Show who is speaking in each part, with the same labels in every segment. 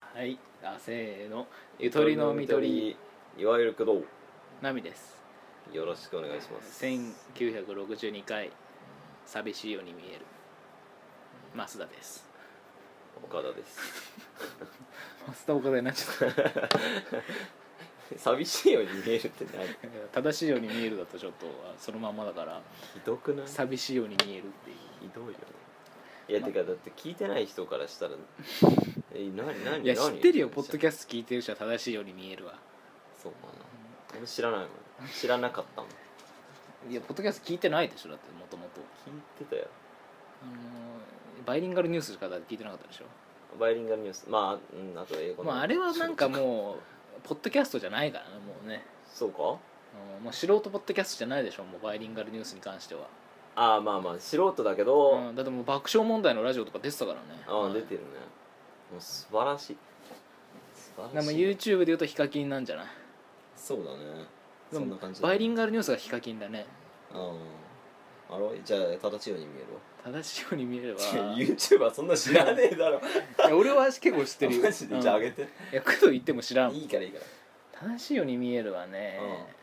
Speaker 1: はいあせーのゆとりのみとり
Speaker 2: いわゆる工藤
Speaker 1: ナミです
Speaker 2: よろしくお願いします
Speaker 1: 1962回寂しいように見える増田です
Speaker 2: 岡田です
Speaker 1: 増田岡田になっちゃっ
Speaker 2: 寂しいように見えるって何ひ
Speaker 1: た正しいように見えるだとちょっとあそのまんまだから
Speaker 2: どくない
Speaker 1: 寂しいように見えるっていう
Speaker 2: ひどいよねいや、
Speaker 1: ま
Speaker 2: てかだって聞いてない人か らしたらえ何何何
Speaker 1: いや知ってるよポッド
Speaker 2: ャ
Speaker 1: キャスト聞いてる人は正しいように見えるわ
Speaker 2: そうかな俺知らないもん知らなかったもん
Speaker 1: いやポッドキャスト聞いてないでしょだってもともと
Speaker 2: 聞いてたよ
Speaker 1: あのーバイリンガルニュースしかだって聞いてなかったでしょ
Speaker 2: バイリンガルニュースまあ、うん、あと英語の
Speaker 1: まああれはなんかもうポッドキャストじゃないからねもうね
Speaker 2: そうか
Speaker 1: うんもう素人ポッドキャストじゃないでしょもうバイリンガルニュースに関しては、
Speaker 2: ああまあまあ素人だけど、
Speaker 1: うん、だってもう爆笑問題のラジオとか出てたからね
Speaker 2: あ
Speaker 1: う
Speaker 2: あ
Speaker 1: ん
Speaker 2: 出てるねもう素晴らしい素晴
Speaker 1: で
Speaker 2: ら
Speaker 1: も
Speaker 2: しい
Speaker 1: YouTube で言うとヒカキンなんじゃない
Speaker 2: そうだね
Speaker 1: で
Speaker 2: そ
Speaker 1: も
Speaker 2: んな感じ
Speaker 1: バイリン
Speaker 2: グ
Speaker 1: ガルニュースがヒカキンだね
Speaker 2: ああろじゃあ正しいように見える
Speaker 1: 正しいように見え れば
Speaker 2: わ YouTuber そんな知らねえだろ
Speaker 1: いや俺は結構知ってるよ
Speaker 2: マジでじゃあ
Speaker 1: うん
Speaker 2: 上げて
Speaker 1: いや工藤言っても知らん
Speaker 2: いいからいいから
Speaker 1: 正しいように見えるわね、
Speaker 2: うん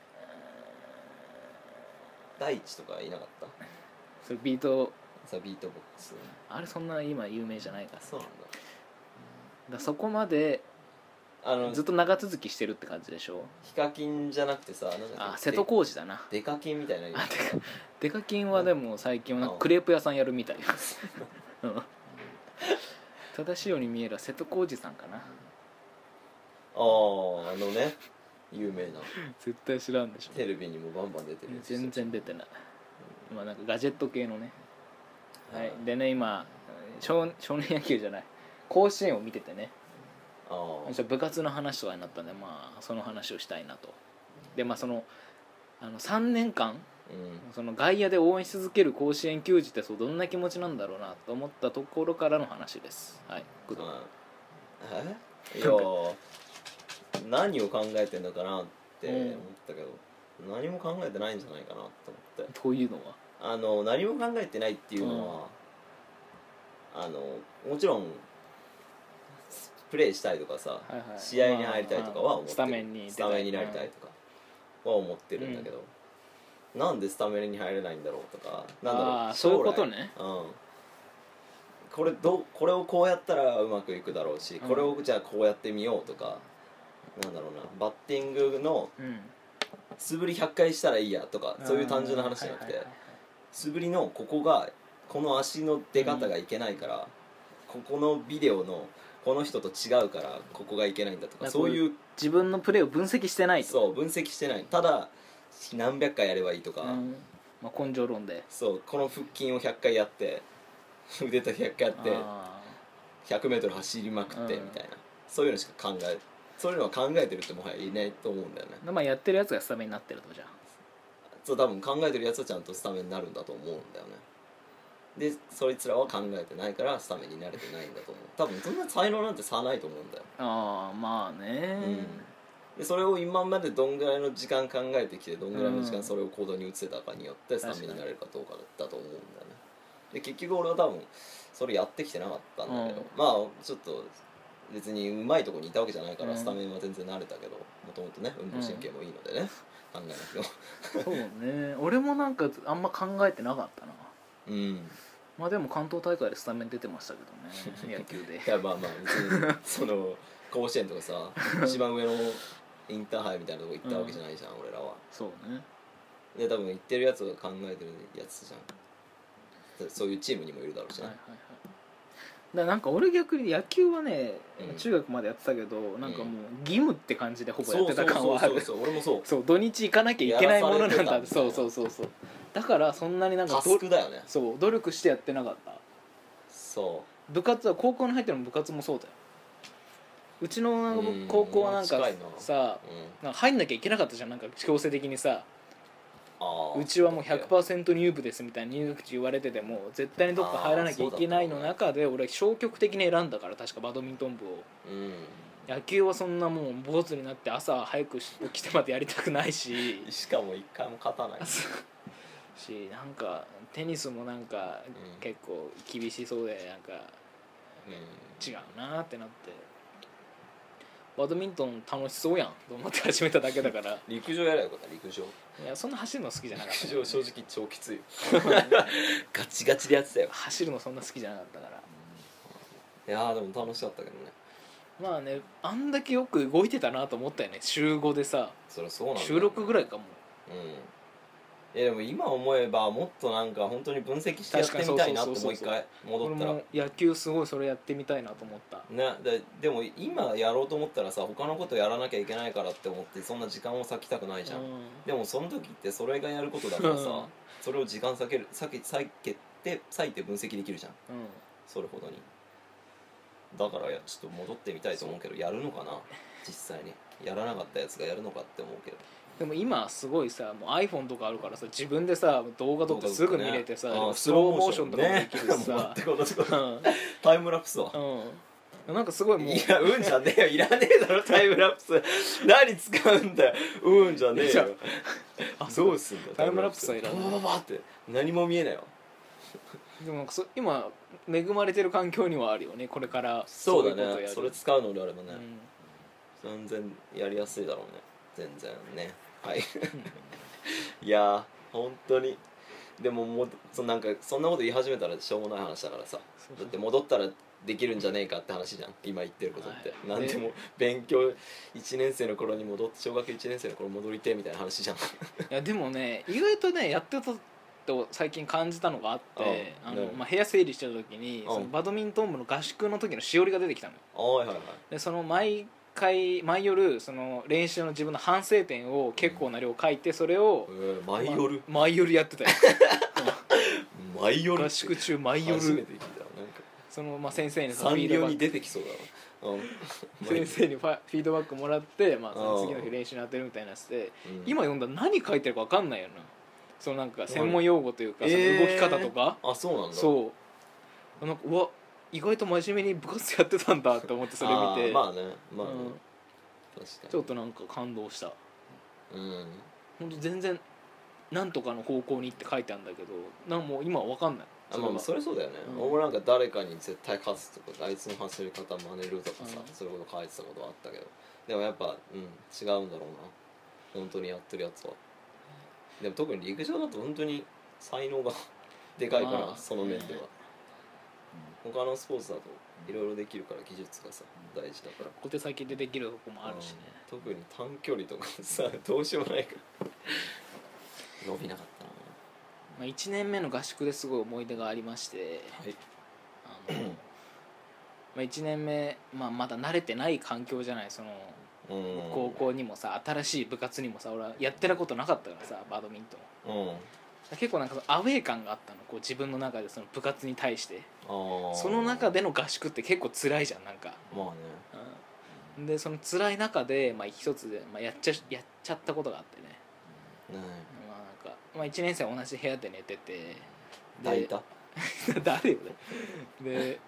Speaker 2: 大地とかいなかった
Speaker 1: それビート
Speaker 2: さビートボックス
Speaker 1: あれそんな今有名じゃないからだか
Speaker 2: そうなんだ
Speaker 1: らそこまで
Speaker 2: あの
Speaker 1: ずっと長続きしてるって感じでしょ
Speaker 2: ヒカキンじゃなくてさなんだっ
Speaker 1: あ
Speaker 2: け
Speaker 1: 瀬戸康史だな
Speaker 2: デカキンみたいな
Speaker 1: あデカデカキンはでも最近はなんかクレープ屋さんやるみたいです正しいように見えるは瀬戸康史さんかな
Speaker 2: あーあのね有名な
Speaker 1: 絶対知らんでしょ
Speaker 2: テレビにもバンバン出てるやつ
Speaker 1: 全然出てないまあなんかガジェット系のね、はい
Speaker 2: うん、
Speaker 1: でね今少少年野球じゃない甲子園を見ててね
Speaker 2: あー
Speaker 1: じゃあ部活の話とかになったんでまあその話をしたいなとでまあそのあの3年間
Speaker 2: うん
Speaker 1: その外野で応援し続ける甲子園球児ってそうどんな気持ちなんだろうなと思ったところからの話ですはい工藤
Speaker 2: はいえいやー何を考えてんだかなって思ったけど、何も考えてないんじゃないかなと思って
Speaker 1: というのは
Speaker 2: あの何も考えてないっていうのは、あのもちろんプレーしたいとかさ、
Speaker 1: はいはい
Speaker 2: 試合に入りたいとかは思ってる
Speaker 1: スタメンに出
Speaker 2: ス
Speaker 1: たい
Speaker 2: タメンになりたいとかは思ってるんだけど、なんでスタメンに入れないんだろうとかなんだろう
Speaker 1: あー
Speaker 2: 将来
Speaker 1: そういうことね
Speaker 2: うんこれどうこれをこうやったらうまくいくだろうし、
Speaker 1: うん
Speaker 2: これをじゃあこうやってみようとかなんだろうなバッティングの
Speaker 1: うん
Speaker 2: 素振り100回したらいいやとかそういう単純な話じゃなくて、素振りのここがこの足の出方がいけないから、ここのビデオのこの人と違うからここがいけないんだと
Speaker 1: な
Speaker 2: か
Speaker 1: んかこ
Speaker 2: そうういう
Speaker 1: 自分のプレーを分析してないと
Speaker 2: そう分析してないただ何百回やればいいとか、
Speaker 1: うんまあ、根性論で
Speaker 2: そうこの腹筋を100回やって腕と100回やって
Speaker 1: あ
Speaker 2: 100m 走りまくって
Speaker 1: うん
Speaker 2: みたいな、そういうのしか考えそういうのは考えてるってもはやいないと思うんだよね
Speaker 1: ーまあやってるやつがスタメンになってるとじゃ
Speaker 2: そう多分考えてるやつはちゃんとスタメンになるんだと思うんだよねでそいつらは考えてないからスタメンに慣れてないんだと思う多分そんな才能なんて差ないと思うんだよ、
Speaker 1: ああーまあね、
Speaker 2: でそれを今までどんぐらいの時間考えてきてどんぐらいの時
Speaker 1: うん
Speaker 2: 間それを行動に移せたかによってスタメンになれるかどうかだと思うんだよねで結局俺は多分それやってきてなかったんだけど、
Speaker 1: うん
Speaker 2: まあちょっと別にうまいとこにいたわけじゃないから
Speaker 1: うん
Speaker 2: スタメンは全然慣れたけどもともとね運動神経もいいのでね、考えなくても
Speaker 1: そうね俺もなんかあんま考えてなかったな
Speaker 2: うん
Speaker 1: まあでも関東大会でスタメン出てましたけど ね野球で
Speaker 2: いやまあまあ別にその甲子園と かさ一番上のインターハイみたいなとこ行ったわけじゃないじゃん、俺らは
Speaker 1: そうね
Speaker 2: で多分行ってるやつが考えてるやつじゃんそそういうチームにもいるだろうし
Speaker 1: はい
Speaker 2: ね、
Speaker 1: はいはいだからなんか俺逆に野球はね、
Speaker 2: うん
Speaker 1: 中学までやってたけどなんかもう義務って感じでほぼやってた感はあ
Speaker 2: そう
Speaker 1: る
Speaker 2: そうそうそう俺もそう
Speaker 1: そう土日行かなきゃいけないものな
Speaker 2: や
Speaker 1: ん
Speaker 2: らさ
Speaker 1: だ
Speaker 2: れてた
Speaker 1: そうそうそうそうだからそんなになんか
Speaker 2: タ
Speaker 1: ど
Speaker 2: スクだよね
Speaker 1: そう努力してやってなかった
Speaker 2: そ
Speaker 1: 部活は高校に入ってるの部活もそうだようちの
Speaker 2: うん
Speaker 1: 高校はなんか
Speaker 2: 近いな
Speaker 1: さ
Speaker 2: う、うん、
Speaker 1: なんか入んなきゃいけなかったじゃんなんか強制的にさ
Speaker 2: ああ
Speaker 1: うちはもう100%入部ですみたいな入学地言われてても絶対にどっか入らなきゃいけないの中で俺消極的に選んだから確かバドミントン部を
Speaker 2: う
Speaker 1: 野球はそんなもう坊主になって朝早く起きてまでやりたくない し
Speaker 2: んしかも一回も勝たない
Speaker 1: しなんかテニスもなんか
Speaker 2: うん
Speaker 1: 結構厳しそうでなんか
Speaker 2: うん
Speaker 1: 違うなってなってバドミントン楽しそうやんと思って始めただけだから
Speaker 2: 陸上やればよかった陸上
Speaker 1: いやそんな走るの好きじゃなかった
Speaker 2: 陸
Speaker 1: からね、
Speaker 2: 上正直超きつ いガチガチでやってたよ
Speaker 1: 走るのそんな好きじゃなかったから
Speaker 2: いやーでも楽しかったけどね
Speaker 1: まあねあんだけよく動いてたなと思ったよね週5でさ
Speaker 2: そりゃそうなんだ
Speaker 1: 週6ぐらいかも
Speaker 2: うんいやでも今思えばもっとなんか本当に分析してやってみたいなって
Speaker 1: 確
Speaker 2: も
Speaker 1: かにそうそうそ
Speaker 2: う一
Speaker 1: うそう
Speaker 2: 回戻
Speaker 1: 俺
Speaker 2: ったら
Speaker 1: も野球すごいそれやってみたいなと思った
Speaker 2: ね、ででも今やろうと思ったらさ他のことやらなきゃいけないからって思ってそんな時間を割きたくないじゃん、
Speaker 1: うん
Speaker 2: でもその時ってそれがやることだからさ、
Speaker 1: うん
Speaker 2: それを時間割ける割け割けて割いて分析できるじゃん
Speaker 1: うん
Speaker 2: それほどにだからやちょっと戻ってみたいと思うけどやるのかな実際にやらなかったやつがやるのかって思うけど
Speaker 1: でも今すごいさもう iPhone とかあるからさ自分でさ動画撮ってすぐ見れてさ、
Speaker 2: 動画とかねあ
Speaker 1: スローモーションとかもできるし
Speaker 2: ね も
Speaker 1: さ
Speaker 2: う、全く同じこと
Speaker 1: う
Speaker 2: タイムラプスは、
Speaker 1: んうん、なんかすごいもう
Speaker 2: いやうんじゃねえよいらねえだろタイムラプス何使うんだようんじゃねえ
Speaker 1: いや
Speaker 2: よ
Speaker 1: あ
Speaker 2: どうすんだよ
Speaker 1: タイムラプスはいらない
Speaker 2: バババババって何も見えないよ
Speaker 1: でもなんかそ今恵まれてる環境にはあるよねこれから
Speaker 2: そう
Speaker 1: い
Speaker 2: だ
Speaker 1: こと
Speaker 2: ね
Speaker 1: やる
Speaker 2: それ使うのであればね
Speaker 1: う、ん
Speaker 2: 全然やりやすいだろうね全然ねはい いやー本当にでももうそなんかそんなこと言い始めたらしょうもない話だからさ
Speaker 1: そう
Speaker 2: だって戻ったらできるんじゃねえかって話じゃん今言ってることって、
Speaker 1: はい
Speaker 2: 何でも勉強1年生の頃に戻って小学1年生の頃戻りてえみたいな話じ ゃん
Speaker 1: いやでもね意外とねやってたと最近感じたのがあって
Speaker 2: うん
Speaker 1: あの、
Speaker 2: ね
Speaker 1: まあ、部屋整理してた時に
Speaker 2: ん
Speaker 1: そのバドミントン部の合宿の時のしおりが出てきたのよ
Speaker 2: はいはいはい
Speaker 1: でその毎回毎夜その練習の自分の反省点を結構な量書いてそれを
Speaker 2: えー毎夜、
Speaker 1: ま毎夜やってたよ
Speaker 2: 毎 夜
Speaker 1: 合宿中毎
Speaker 2: 初め
Speaker 1: 夜
Speaker 2: て聞いたなんか
Speaker 1: その、まあ、先生にその
Speaker 2: サ
Speaker 1: フィー
Speaker 2: ン
Speaker 1: ド
Speaker 2: リオ
Speaker 1: バ
Speaker 2: に
Speaker 1: ッ
Speaker 2: 出てきそうだな、うん、
Speaker 1: ク先生にファフィードバックもらって、まあ、その次の
Speaker 2: う
Speaker 1: 日
Speaker 2: ん
Speaker 1: 練習に当てるみたいなやつで
Speaker 2: うん
Speaker 1: 今読んだら何書いてるか分かんないよなそのなんか専門用語というかその動き方とか、
Speaker 2: あそうなんだ
Speaker 1: そうなんかうわ意外と真面目に部活やってたんだって思ってそれ見て、
Speaker 2: あーまあねまあね、
Speaker 1: うん
Speaker 2: 確かに
Speaker 1: ちょっとなんか感動した
Speaker 2: うん
Speaker 1: 本当全然なんとかの方向にって書いてあるんだけどなんもう今は分かんない
Speaker 2: あまあまあそ
Speaker 1: れ
Speaker 2: れそうだよね、
Speaker 1: うん
Speaker 2: 俺もなんか誰かに絶対勝つとかあいつの走り方真似るとかさ、
Speaker 1: うん
Speaker 2: そういうこと書いてたことはあったけどでもやっぱうん違うんだろうな本当にやってるやつはでも特に陸上だと本当に才能が でかいから、
Speaker 1: まあ
Speaker 2: その面では、他のスポーツだといろいろできるから技術がさ大事だから
Speaker 1: 小手先でできるとこもあるしね、
Speaker 2: うん特に短距離とかさどうしようもないから伸びなかったな
Speaker 1: まあ、1年目の合宿ですごい思い出がありまして
Speaker 2: はい
Speaker 1: あのまあ1年目、まあ、まだ慣れてない環境じゃないその
Speaker 2: うん
Speaker 1: 高校にもさ新しい部活にもさ俺はやってたことなかったからさバドミントン
Speaker 2: うん
Speaker 1: 結構なんかそのアウェー感があったのこう自分の中でその部活に対して
Speaker 2: あー
Speaker 1: その中での合宿って結構辛いじゃんなんか、
Speaker 2: まあね
Speaker 1: うん、でその辛い中で、まあ、一つで、まあ、やっちゃやっちゃったことがあってね、
Speaker 2: ね
Speaker 1: まあなんかまあ、1年生は同じ部屋で寝てて
Speaker 2: 抱いた、
Speaker 1: で 誰よねで、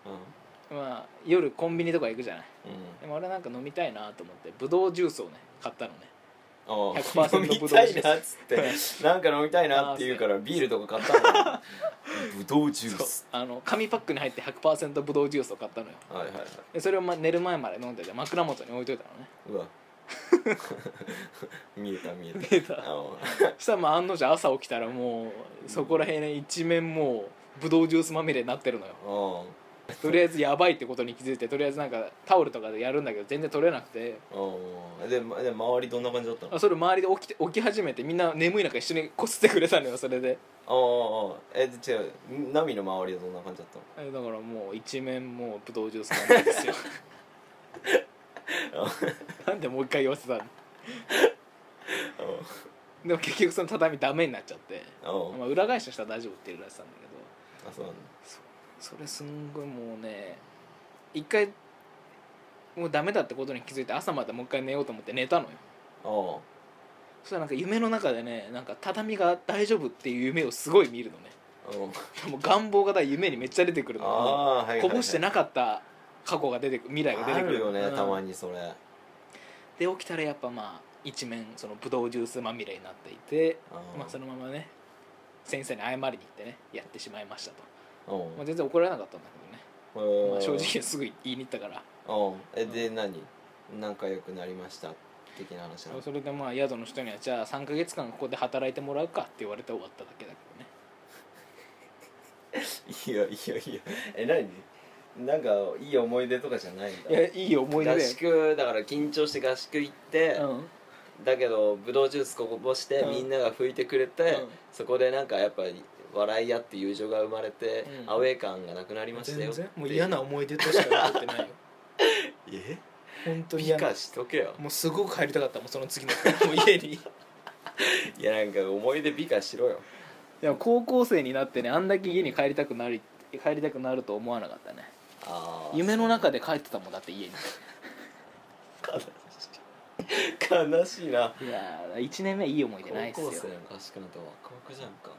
Speaker 2: うん
Speaker 1: まあ、夜コンビニとか行くじゃない
Speaker 2: うん、
Speaker 1: でも俺なんか飲みたいなと思ってブドウジュースをね買ったのね
Speaker 2: あー
Speaker 1: 100%
Speaker 2: 飲みたいなっつってなんか飲みたいなって言うからビールとか買ったのぶどうジュー
Speaker 1: そう
Speaker 2: ス
Speaker 1: あの紙パックに入って100%ブドウジュースを買ったのよ
Speaker 2: はいはいはい
Speaker 1: でそれをま寝る前まで飲んでて枕元に置いといたのね
Speaker 2: うわ 見えた見えた
Speaker 1: えた
Speaker 2: あの
Speaker 1: そしたらまあ案の定朝起きたらもうそこら辺ね一面もうブドウジュースまみれになってるのよ
Speaker 2: うん
Speaker 1: とりあえずやばいってことに気づいてとりあえずなんかタオルとかでやるんだけど全然取れなくて
Speaker 2: うんでまで周りどんな感じだったの
Speaker 1: あそれ周りで起きて起き始めてみんな眠い中一緒にこすってくれたのよそれで
Speaker 2: あああえで違うナミの周りはどんな感じだったの
Speaker 1: えだからもう一面もうブドウジュースまみれですよなんでもう一回言わせたのでも結局その畳ダメになっちゃって、
Speaker 2: ああ
Speaker 1: まあ、裏返しの人は大丈夫って言うらしいんだけど
Speaker 2: あそうなんだ
Speaker 1: それすんごいもうね一回もうダメだってことに気づいて朝までもう一回寝ようと思って寝たのよ
Speaker 2: あ
Speaker 1: そしたらなんか夢の中でねなんか畳が大丈夫っていう夢をすごい見るのね
Speaker 2: あうん
Speaker 1: もう願望がだ夢にめっちゃ出てくるのよ
Speaker 2: ああーはいはいはい
Speaker 1: こぼしてなかった過去が出てく未来が出てくる
Speaker 2: あるよねたま
Speaker 1: に
Speaker 2: にそれ
Speaker 1: で起きたらやっぱまあ一面そのブドウジュースまみれになっていて
Speaker 2: うん
Speaker 1: まあそのままね先生に謝りに行ってねやってしまいましたと、
Speaker 2: うん
Speaker 1: まあ、全然怒られなかったんだけどね、まあ、正
Speaker 2: 正
Speaker 1: 直すぐ言いに行ったから
Speaker 2: うんえで何仲良くなりました的な話なの
Speaker 1: それでまあ宿の人にはじゃあ3か月間ここで働いてもらうかって言われて終わっただけだけどね
Speaker 2: いやいやいやえ何なんかいい思い出とかじゃないんだ
Speaker 1: いやいい思い出
Speaker 2: 合
Speaker 1: で
Speaker 2: 宿だから緊張して合宿行って、
Speaker 1: うん
Speaker 2: だけどブドウジュースこぼして、
Speaker 1: うん
Speaker 2: みんなが拭いてくれて、
Speaker 1: うん
Speaker 2: そこでなんかやっぱり笑い合って友情が生まれて、
Speaker 1: うん
Speaker 2: アウェー感がなくなりました
Speaker 1: 全
Speaker 2: よ
Speaker 1: 然
Speaker 2: って
Speaker 1: もう嫌な思い出としか残って ないよ
Speaker 2: え
Speaker 1: 本当に
Speaker 2: 美
Speaker 1: 嫌な
Speaker 2: 化しとけよ
Speaker 1: もうすごく帰りたかったもんその次の日もう家に
Speaker 2: いやなんか思い出美化しろよ
Speaker 1: でも高校生になってねあんだけ家に帰りたくなり帰りたくなると思わなかったね
Speaker 2: あー
Speaker 1: 夢の中で帰ってたもんだって家に
Speaker 2: 悲しい悲しいない
Speaker 1: やー1年目いい思い出ないっす
Speaker 2: 高
Speaker 1: よ
Speaker 2: 校生の合宿なんて若々じゃんか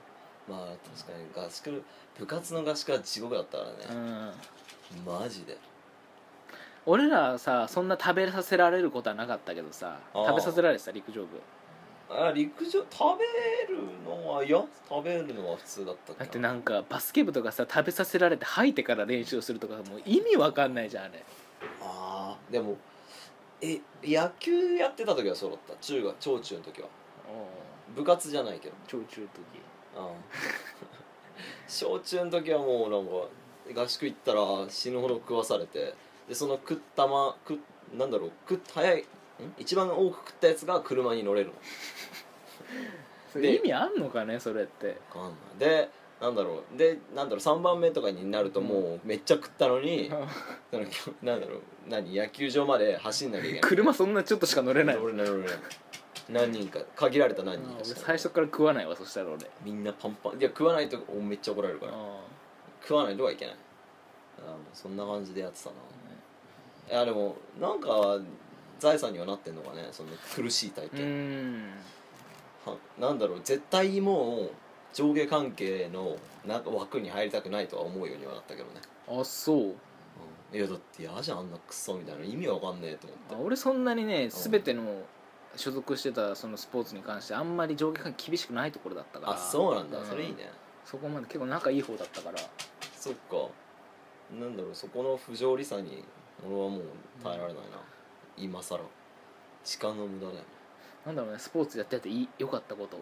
Speaker 2: まあ確かに合宿部活の合宿は地獄だったから
Speaker 1: う
Speaker 2: ね、
Speaker 1: ん
Speaker 2: マジで
Speaker 1: 俺らさそんな食べさせられることはなかったけどさ
Speaker 2: あー
Speaker 1: 食べさせられてた陸上部
Speaker 2: あ陸上食べるのはいや食べるのは普通だったっけ
Speaker 1: だってなんかバスケ部とかさ食べさせられて吐いてから練習をするとかもう意味わかんないじゃんあれ
Speaker 2: ああでもえ野球やってた時はそうだった中学長中の時は部活じゃないけど
Speaker 1: 超中の時
Speaker 2: うん小中の時はもうなんか合宿行ったら死ぬほど食わされてでその食ったま食なんだろう食っ早いん一番多く食ったやつが車に乗れるの
Speaker 1: そ
Speaker 2: で
Speaker 1: れ意味あんのかねそれって
Speaker 2: わかんないでなんだろうでなんだろう3番目とかになるともうめっちゃ食ったのに、そのきょなんだろう何野球場まで走んなきゃいけない
Speaker 1: 車そんなちょっとしか乗れない
Speaker 2: 俺俺俺何人か限られた何人
Speaker 1: あー
Speaker 2: か
Speaker 1: 俺
Speaker 2: しか
Speaker 1: 最初から食わないわそしたら俺
Speaker 2: みんなパンパンいや食わないとおめっちゃ怒られるから
Speaker 1: あ
Speaker 2: 食わないとはいけないあーもうそんな感じでやってたないやでもなんか財産にはなってんのかねその苦しい体
Speaker 1: ーう
Speaker 2: 験、
Speaker 1: ーん
Speaker 2: はなんだろう絶対もう上下関係のなんか枠に入りたくないとは思うようにはなったけどね、
Speaker 1: あそう
Speaker 2: うんいやだって嫌じゃんあんなクソみたいな意味わかんねえと思
Speaker 1: あ
Speaker 2: って
Speaker 1: 俺そんなにね全ての所属してたそのスポーツに関してあんまり上下関係厳しくないところだったから
Speaker 2: あそうなんだ、それいいね
Speaker 1: そこまで結構仲いい方だったから
Speaker 2: そっかなんだろうそこの不条理さに俺はもう耐えられないな、今更時間の無駄だよ
Speaker 1: なんだろうねスポーツやってていい良かったこと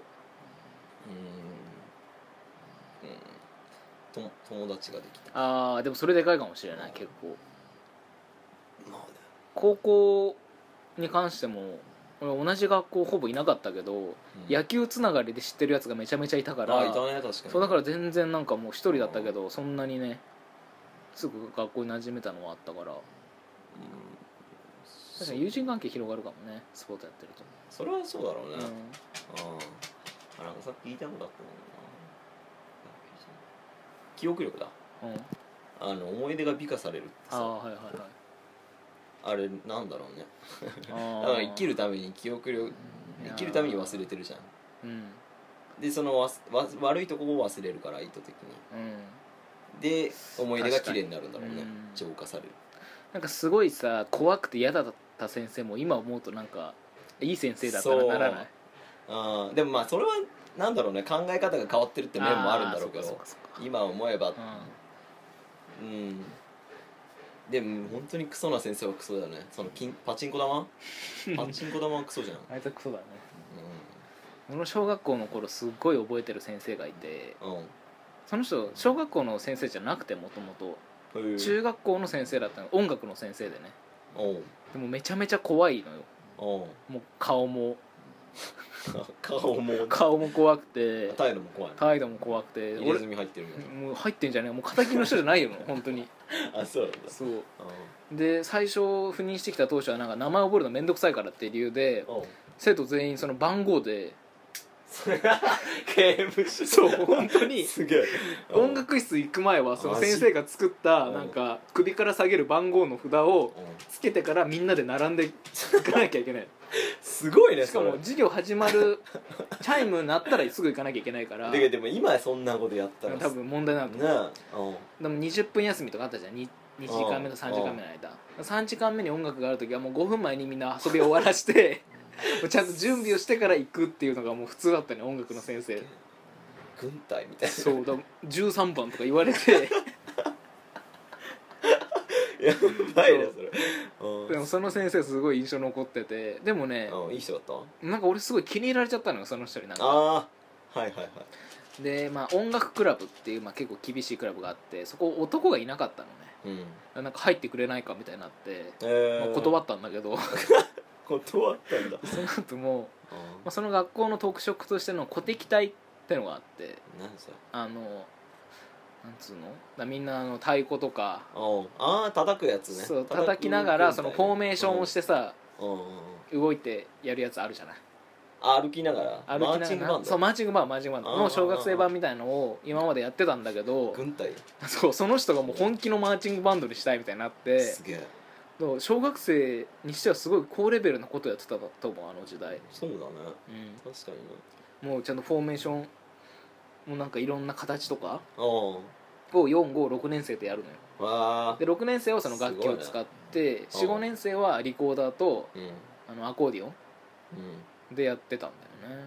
Speaker 2: うんうんと友達ができた
Speaker 1: あーでもそれでかいかもしれない結構
Speaker 2: まあね
Speaker 1: 高校に関しても俺同じ学校ほぼいなかったけど、
Speaker 2: うん
Speaker 1: 野球つながりで知ってるやつがめちゃめちゃいたから
Speaker 2: あいたね確かに
Speaker 1: そうだから全然なんかもう一人だったけどそんなにねすぐ学校に馴染めたのはあったから
Speaker 2: うん
Speaker 1: 確かに友人関係広がるかもねスポーツやってると、
Speaker 2: それはそうだろうね、
Speaker 1: う
Speaker 2: あ
Speaker 1: ん
Speaker 2: あなんかさっき言いたいことあったんだけどな記憶力だ
Speaker 1: うん、
Speaker 2: あの思い出が美化されるって
Speaker 1: ああ
Speaker 2: さ
Speaker 1: はいはいはい
Speaker 2: あれなんだろうねだ
Speaker 1: あ
Speaker 2: か
Speaker 1: あ
Speaker 2: ら生きるために記憶力生きるために忘れてるじゃん
Speaker 1: うんうん
Speaker 2: でそのわすわ悪いとこを忘れるから意図的にで思い出が綺麗になるんだろうね
Speaker 1: 確かにうん
Speaker 2: 浄化される
Speaker 1: なんかすごいさ怖くて嫌だった先生も今思うとなんかいい先生だったらならない
Speaker 2: あーでもまあそれはなんだろうね考え方が変わってるって面もあるんだろうけ
Speaker 1: あーそっ
Speaker 2: ど
Speaker 1: かそっかそっか
Speaker 2: 今思えば
Speaker 1: う
Speaker 2: うんでも本当にクソな先生はクソだよねその金パチンコ 玉パチンコ玉はクソじゃん、うん
Speaker 1: んあいつはクソだね俺の小学校の頃すっごい覚えてる先生がいて
Speaker 2: うん
Speaker 1: その人小学校の先生じゃなくてもともと
Speaker 2: へー
Speaker 1: 中学校の先生だったの音楽の先生でね
Speaker 2: おう
Speaker 1: でもめちゃめちゃ怖いのよ
Speaker 2: おう
Speaker 1: もう顔も
Speaker 2: 顔も
Speaker 1: 顔も怖くて
Speaker 2: 態度も怖い
Speaker 1: 態度も怖くて
Speaker 2: 入れ
Speaker 1: 俺
Speaker 2: 墨入ってるみたい
Speaker 1: もう入ってんじゃねえもう敵の人じゃないよもう 本当に
Speaker 2: なあそうなんだ
Speaker 1: そう
Speaker 2: うん
Speaker 1: で最初赴任してきた当初はなんか名前覚えるの面倒くさいからっていう理由で
Speaker 2: おう
Speaker 1: 生徒全員その番号で
Speaker 2: それが刑務所
Speaker 1: そう本当に
Speaker 2: すげえおう
Speaker 1: 音楽室行く前はその先生が作った
Speaker 2: マジ
Speaker 1: なんか首から下げる番号の札を
Speaker 2: おう
Speaker 1: つけてからみんなで並んでいかなきゃい けない
Speaker 2: すごいね
Speaker 1: しかも
Speaker 2: それ
Speaker 1: 授業始まるチャイム鳴ったらすぐ行かなきゃいけないから
Speaker 2: だけどでも今そんなことやったら
Speaker 1: 多分問題なんだと思う
Speaker 2: なあおう
Speaker 1: でも20分休みとかあったじゃん 2, 2時間目と3時間目の間3時間目に音楽がある時はもう5分前にみんな遊び終わらして もうちゃんと準備をしてから行くっていうのがもう普通だったね音楽の先生
Speaker 2: 軍隊みたいな
Speaker 1: そうだ13番とか言われて
Speaker 2: い やばいねそれうん
Speaker 1: でもその先生すごい印象残っててでもね
Speaker 2: うんいい人だった
Speaker 1: なんか俺すごい気に入られちゃったのよその人になんか
Speaker 2: ああはいはいはい
Speaker 1: でまあ音楽クラブっていう、まあ、結構厳しいクラブがあってそこ男がいなかったのね
Speaker 2: うん
Speaker 1: なんか入ってくれないかみたいになって、
Speaker 2: え
Speaker 1: まあ
Speaker 2: ー、
Speaker 1: 断ったんだけど
Speaker 2: 断ったんだ
Speaker 1: その後もまあ、その学校の特色としての鼓笛隊ってのがあって
Speaker 2: 何それ
Speaker 1: あのなんつうのだみんなあの太鼓とか、
Speaker 2: うんああ叩くやつね
Speaker 1: そう叩きながらそのフォーメーションをしててさ、
Speaker 2: うん
Speaker 1: 動いてやるやつあるじゃない
Speaker 2: 歩きなが
Speaker 1: 歩
Speaker 2: ら
Speaker 1: き
Speaker 2: マー
Speaker 1: な
Speaker 2: チング
Speaker 1: が
Speaker 2: バン
Speaker 1: ら
Speaker 2: ド
Speaker 1: そうマーチングバンドマーチングバンドの
Speaker 2: あー
Speaker 1: 小学生版みたいのを今までやってたんだけど
Speaker 2: 軍隊
Speaker 1: そうその人がもう本気のマーチングバンドにしたいみたいになって
Speaker 2: すげえ
Speaker 1: そう小学生にしてはすごい高レベルなことやってたと思うあの時代、
Speaker 2: そうだね
Speaker 1: う
Speaker 2: 確かに
Speaker 1: ん、
Speaker 2: ね
Speaker 1: もうちゃんとフォーメーションもなんかいろんな形とか
Speaker 2: うん
Speaker 1: を456年生でやるのよ
Speaker 2: わあ
Speaker 1: で6年生はその楽器を使って、
Speaker 2: すごいね
Speaker 1: 45年生はリコーダーと
Speaker 2: うんうん
Speaker 1: あのアコーディオンでやってたんだよね、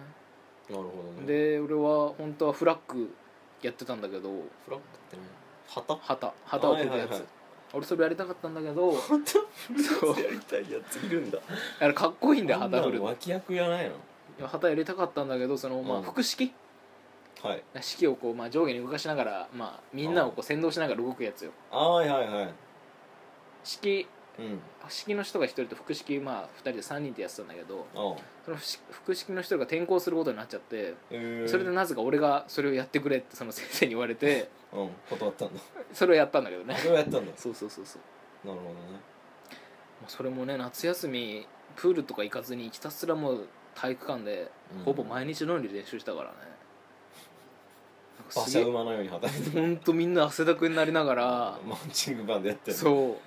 Speaker 2: なるほどね
Speaker 1: で俺は本当はフラッグやってたんだけど
Speaker 2: フラッグってね旗
Speaker 1: 旗旗を振るやつ、
Speaker 2: はいはいはい
Speaker 1: 俺それやりたかったんだけど
Speaker 2: 旗振
Speaker 1: そう
Speaker 2: やりたいやついるんだ
Speaker 1: あれかっこいいんだよ
Speaker 2: あ
Speaker 1: 旗振
Speaker 2: な
Speaker 1: る
Speaker 2: の
Speaker 1: のい
Speaker 2: 脇役やないの
Speaker 1: や旗やりたかったんだけどその、ま
Speaker 2: う
Speaker 1: あ、
Speaker 2: ん
Speaker 1: 複式
Speaker 2: はい
Speaker 1: 式をこう、まあ、上下に動かしながら、まあ、みんなをこう先導しながら動くやつよ
Speaker 2: あーはいはいはい
Speaker 1: 式
Speaker 2: うん
Speaker 1: 式の人が1人と複式、まあ、2人で3人でやってたんだけど
Speaker 2: あ
Speaker 1: その複式の人が転校することになっちゃって
Speaker 2: え
Speaker 1: それでなぜか俺がそれをやってくれってその先生に言われて
Speaker 2: うん断ったんだ
Speaker 1: それをやったんだけどね
Speaker 2: それをやったんだなる
Speaker 1: そうそうそうそう
Speaker 2: ほどね
Speaker 1: もうそれもね夏休みプールとか行かずにひたすらもう体育館で
Speaker 2: うん
Speaker 1: ほぼ毎日のように練習したからね、なんか
Speaker 2: 馬
Speaker 1: すげ
Speaker 2: 車
Speaker 1: え
Speaker 2: 馬のように働いて
Speaker 1: ほんとみんな汗だくになりながら
Speaker 2: マーチングバンドやってる
Speaker 1: そ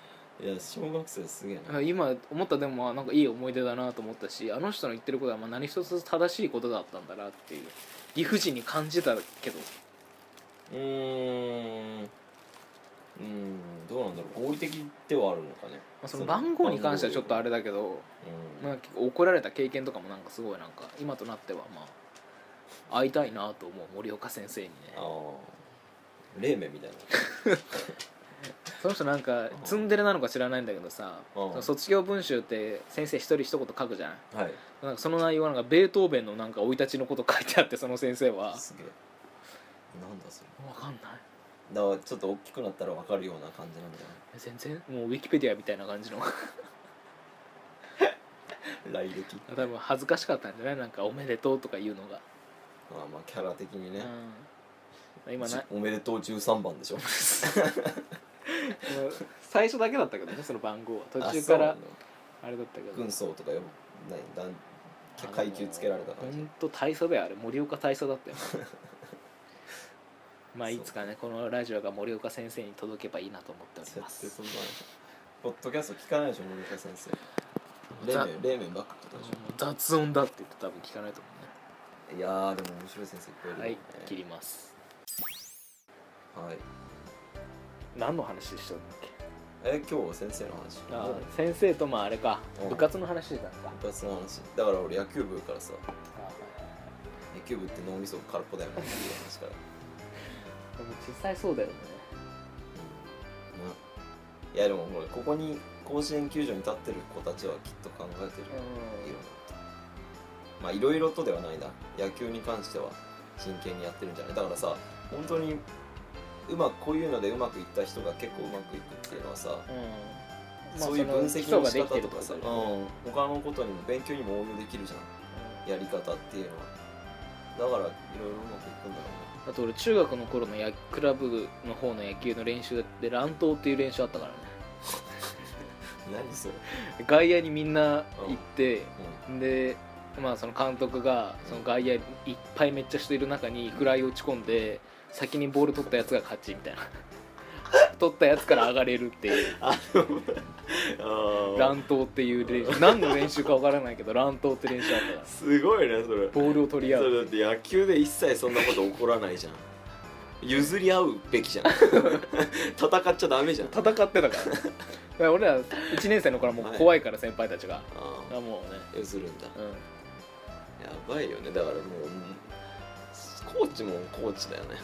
Speaker 1: う
Speaker 2: いや小学生すげえな
Speaker 1: 今思ったでもまあなんかいい思い出だなと思ったしあの人の言ってることはまあ何一つ正しいことだったんだなっていう理不尽に感じたけど
Speaker 2: うーんうーんどうなんだろう合理的ではあるのかね
Speaker 1: まあ、その番号に関してはちょっとあれだけど、
Speaker 2: うん
Speaker 1: まあ、結構怒られた経験とかもなんかすごいなんか今となってはまあ会いたいなと思う森岡先生にね
Speaker 2: あー冷麺みたいな
Speaker 1: その人なんかツンデレなのか知らないんだけどさ
Speaker 2: うん
Speaker 1: その卒業文集って先生一人一言書くじゃない
Speaker 2: はい
Speaker 1: なんかその内容はなんかベートーベンのなんか生い立ちのこと書いてあってその先生は
Speaker 2: すげえなんだそれ
Speaker 1: 分かんない
Speaker 2: だからちょっと大きくなったら分かるような感じなんだよ
Speaker 1: 全然もうウィキペディアみたいな感じの
Speaker 2: ね来歴
Speaker 1: 多分恥ずかしかったんじゃないなんか「おめでとう」とか言うのが、
Speaker 2: あーまあキャラ的にね
Speaker 1: うん、今な
Speaker 2: おめでとう13番でしょ
Speaker 1: 最初だけだったけどねその番号は途
Speaker 2: あ
Speaker 1: 中
Speaker 2: そ
Speaker 1: か
Speaker 2: うな
Speaker 1: ら
Speaker 2: の
Speaker 1: あれだったけど
Speaker 2: 軍曹とかよないだん階級つけられた感じ
Speaker 1: 本当大佐だよあれ森岡大佐だ ったよまあいつかねこのラジオが森岡先生に届けばいいなと思っておりま
Speaker 2: 絶
Speaker 1: す
Speaker 2: 対そんなのポッドキャスト聞かないでしょ森岡先生
Speaker 1: ざ
Speaker 2: 冷麺冷麺ばっか食ったでし
Speaker 1: 雑音だって言って多分聞かないと思
Speaker 2: ょいやーでも面白い先生いっぱいい
Speaker 1: ね
Speaker 2: うるよ
Speaker 1: は
Speaker 2: ね
Speaker 1: い切ります
Speaker 2: はい
Speaker 1: 何の話してたんだっけ
Speaker 2: え今日は先生の話
Speaker 1: あー先生とまああれか
Speaker 2: うん
Speaker 1: 部活の話してたんか
Speaker 2: 部活の話だから俺野球部からさ
Speaker 1: あーはい
Speaker 2: 野球部って脳みそ空っぽだよねっていう 話から
Speaker 1: はいでも実際そうだよね
Speaker 2: いやでもほらここに甲子園球場に立ってる子たちはきっと考えてるよまあいろいろとではないな野球に関しては真剣にやってるんじゃないだからさ本当にうまくこういうのでうまくいった人が結構うまくいくっていうのはさ、
Speaker 1: うん、うんまあ
Speaker 2: そういう分
Speaker 1: その基
Speaker 2: 析
Speaker 1: 礎
Speaker 2: の
Speaker 1: が
Speaker 2: 仕
Speaker 1: できて
Speaker 2: 方
Speaker 1: る
Speaker 2: と
Speaker 1: ってこ
Speaker 2: か
Speaker 1: と
Speaker 2: さ、うん
Speaker 1: だよね、
Speaker 2: 他のことにも勉強にも応用できるじゃんやり方っていうのはだからいろいろうまくいくんだろ
Speaker 1: あと俺中学の頃のやクラブの方の野球の練習で乱闘っていう練習あったからね
Speaker 2: うね何それ、
Speaker 1: 外野にみんな行って
Speaker 2: う、
Speaker 1: でまあその監督がその外野いっぱいめっちゃ人いる中にフライ落ち込んで先にボール取ったやつが勝ちみたいな取ったやつから上がれるっていうん 乱闘っていう練習何の練習かわからないけど乱闘って練習あったから
Speaker 2: すごいねそれ
Speaker 1: ボールを取り合
Speaker 2: そうれだって野球で一切そんなこと起こらないじゃん譲り合うべきじ ゃん戦っちゃダメじゃん
Speaker 1: 戦ってたからねだ から俺ら1年生の頃はもう怖いから先輩たちが、
Speaker 2: あ
Speaker 1: あもうね
Speaker 2: あ譲るんだ
Speaker 1: うん
Speaker 2: やばいよねだからもううんコーチもコーチだよね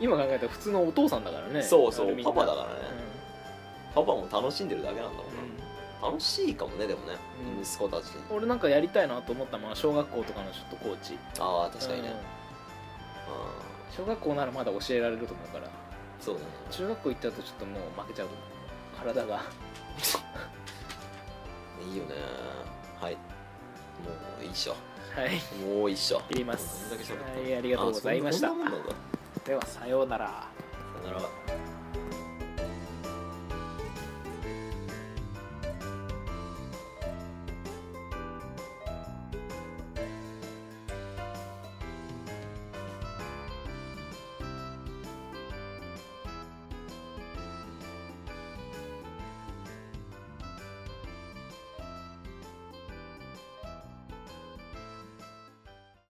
Speaker 1: 今考えたら普通のお父さんだからね
Speaker 2: そうそう
Speaker 1: あれみんな
Speaker 2: パパだからね
Speaker 1: うん
Speaker 2: パパも楽しんでるだけなんだろう
Speaker 1: う
Speaker 2: な楽しいかもねでもね、
Speaker 1: うん
Speaker 2: 息子たち
Speaker 1: ん俺なんかやりたいなと思ったのは小学校とかのちょっとコーチ
Speaker 2: ああ確かにね、
Speaker 1: うん
Speaker 2: あ
Speaker 1: 小学校ならまだ教えられると思うから
Speaker 2: ーそうだね
Speaker 1: 中学校行っちゃうとちょっともう負けちゃう体が
Speaker 2: いいよねはいもういいっしょ
Speaker 1: はい
Speaker 2: もういいっしょ
Speaker 1: いります
Speaker 2: どんだけ喋った
Speaker 1: はいありがとうございました
Speaker 2: あそんなこんなもんなんだ
Speaker 1: ではさようなら
Speaker 2: さよなら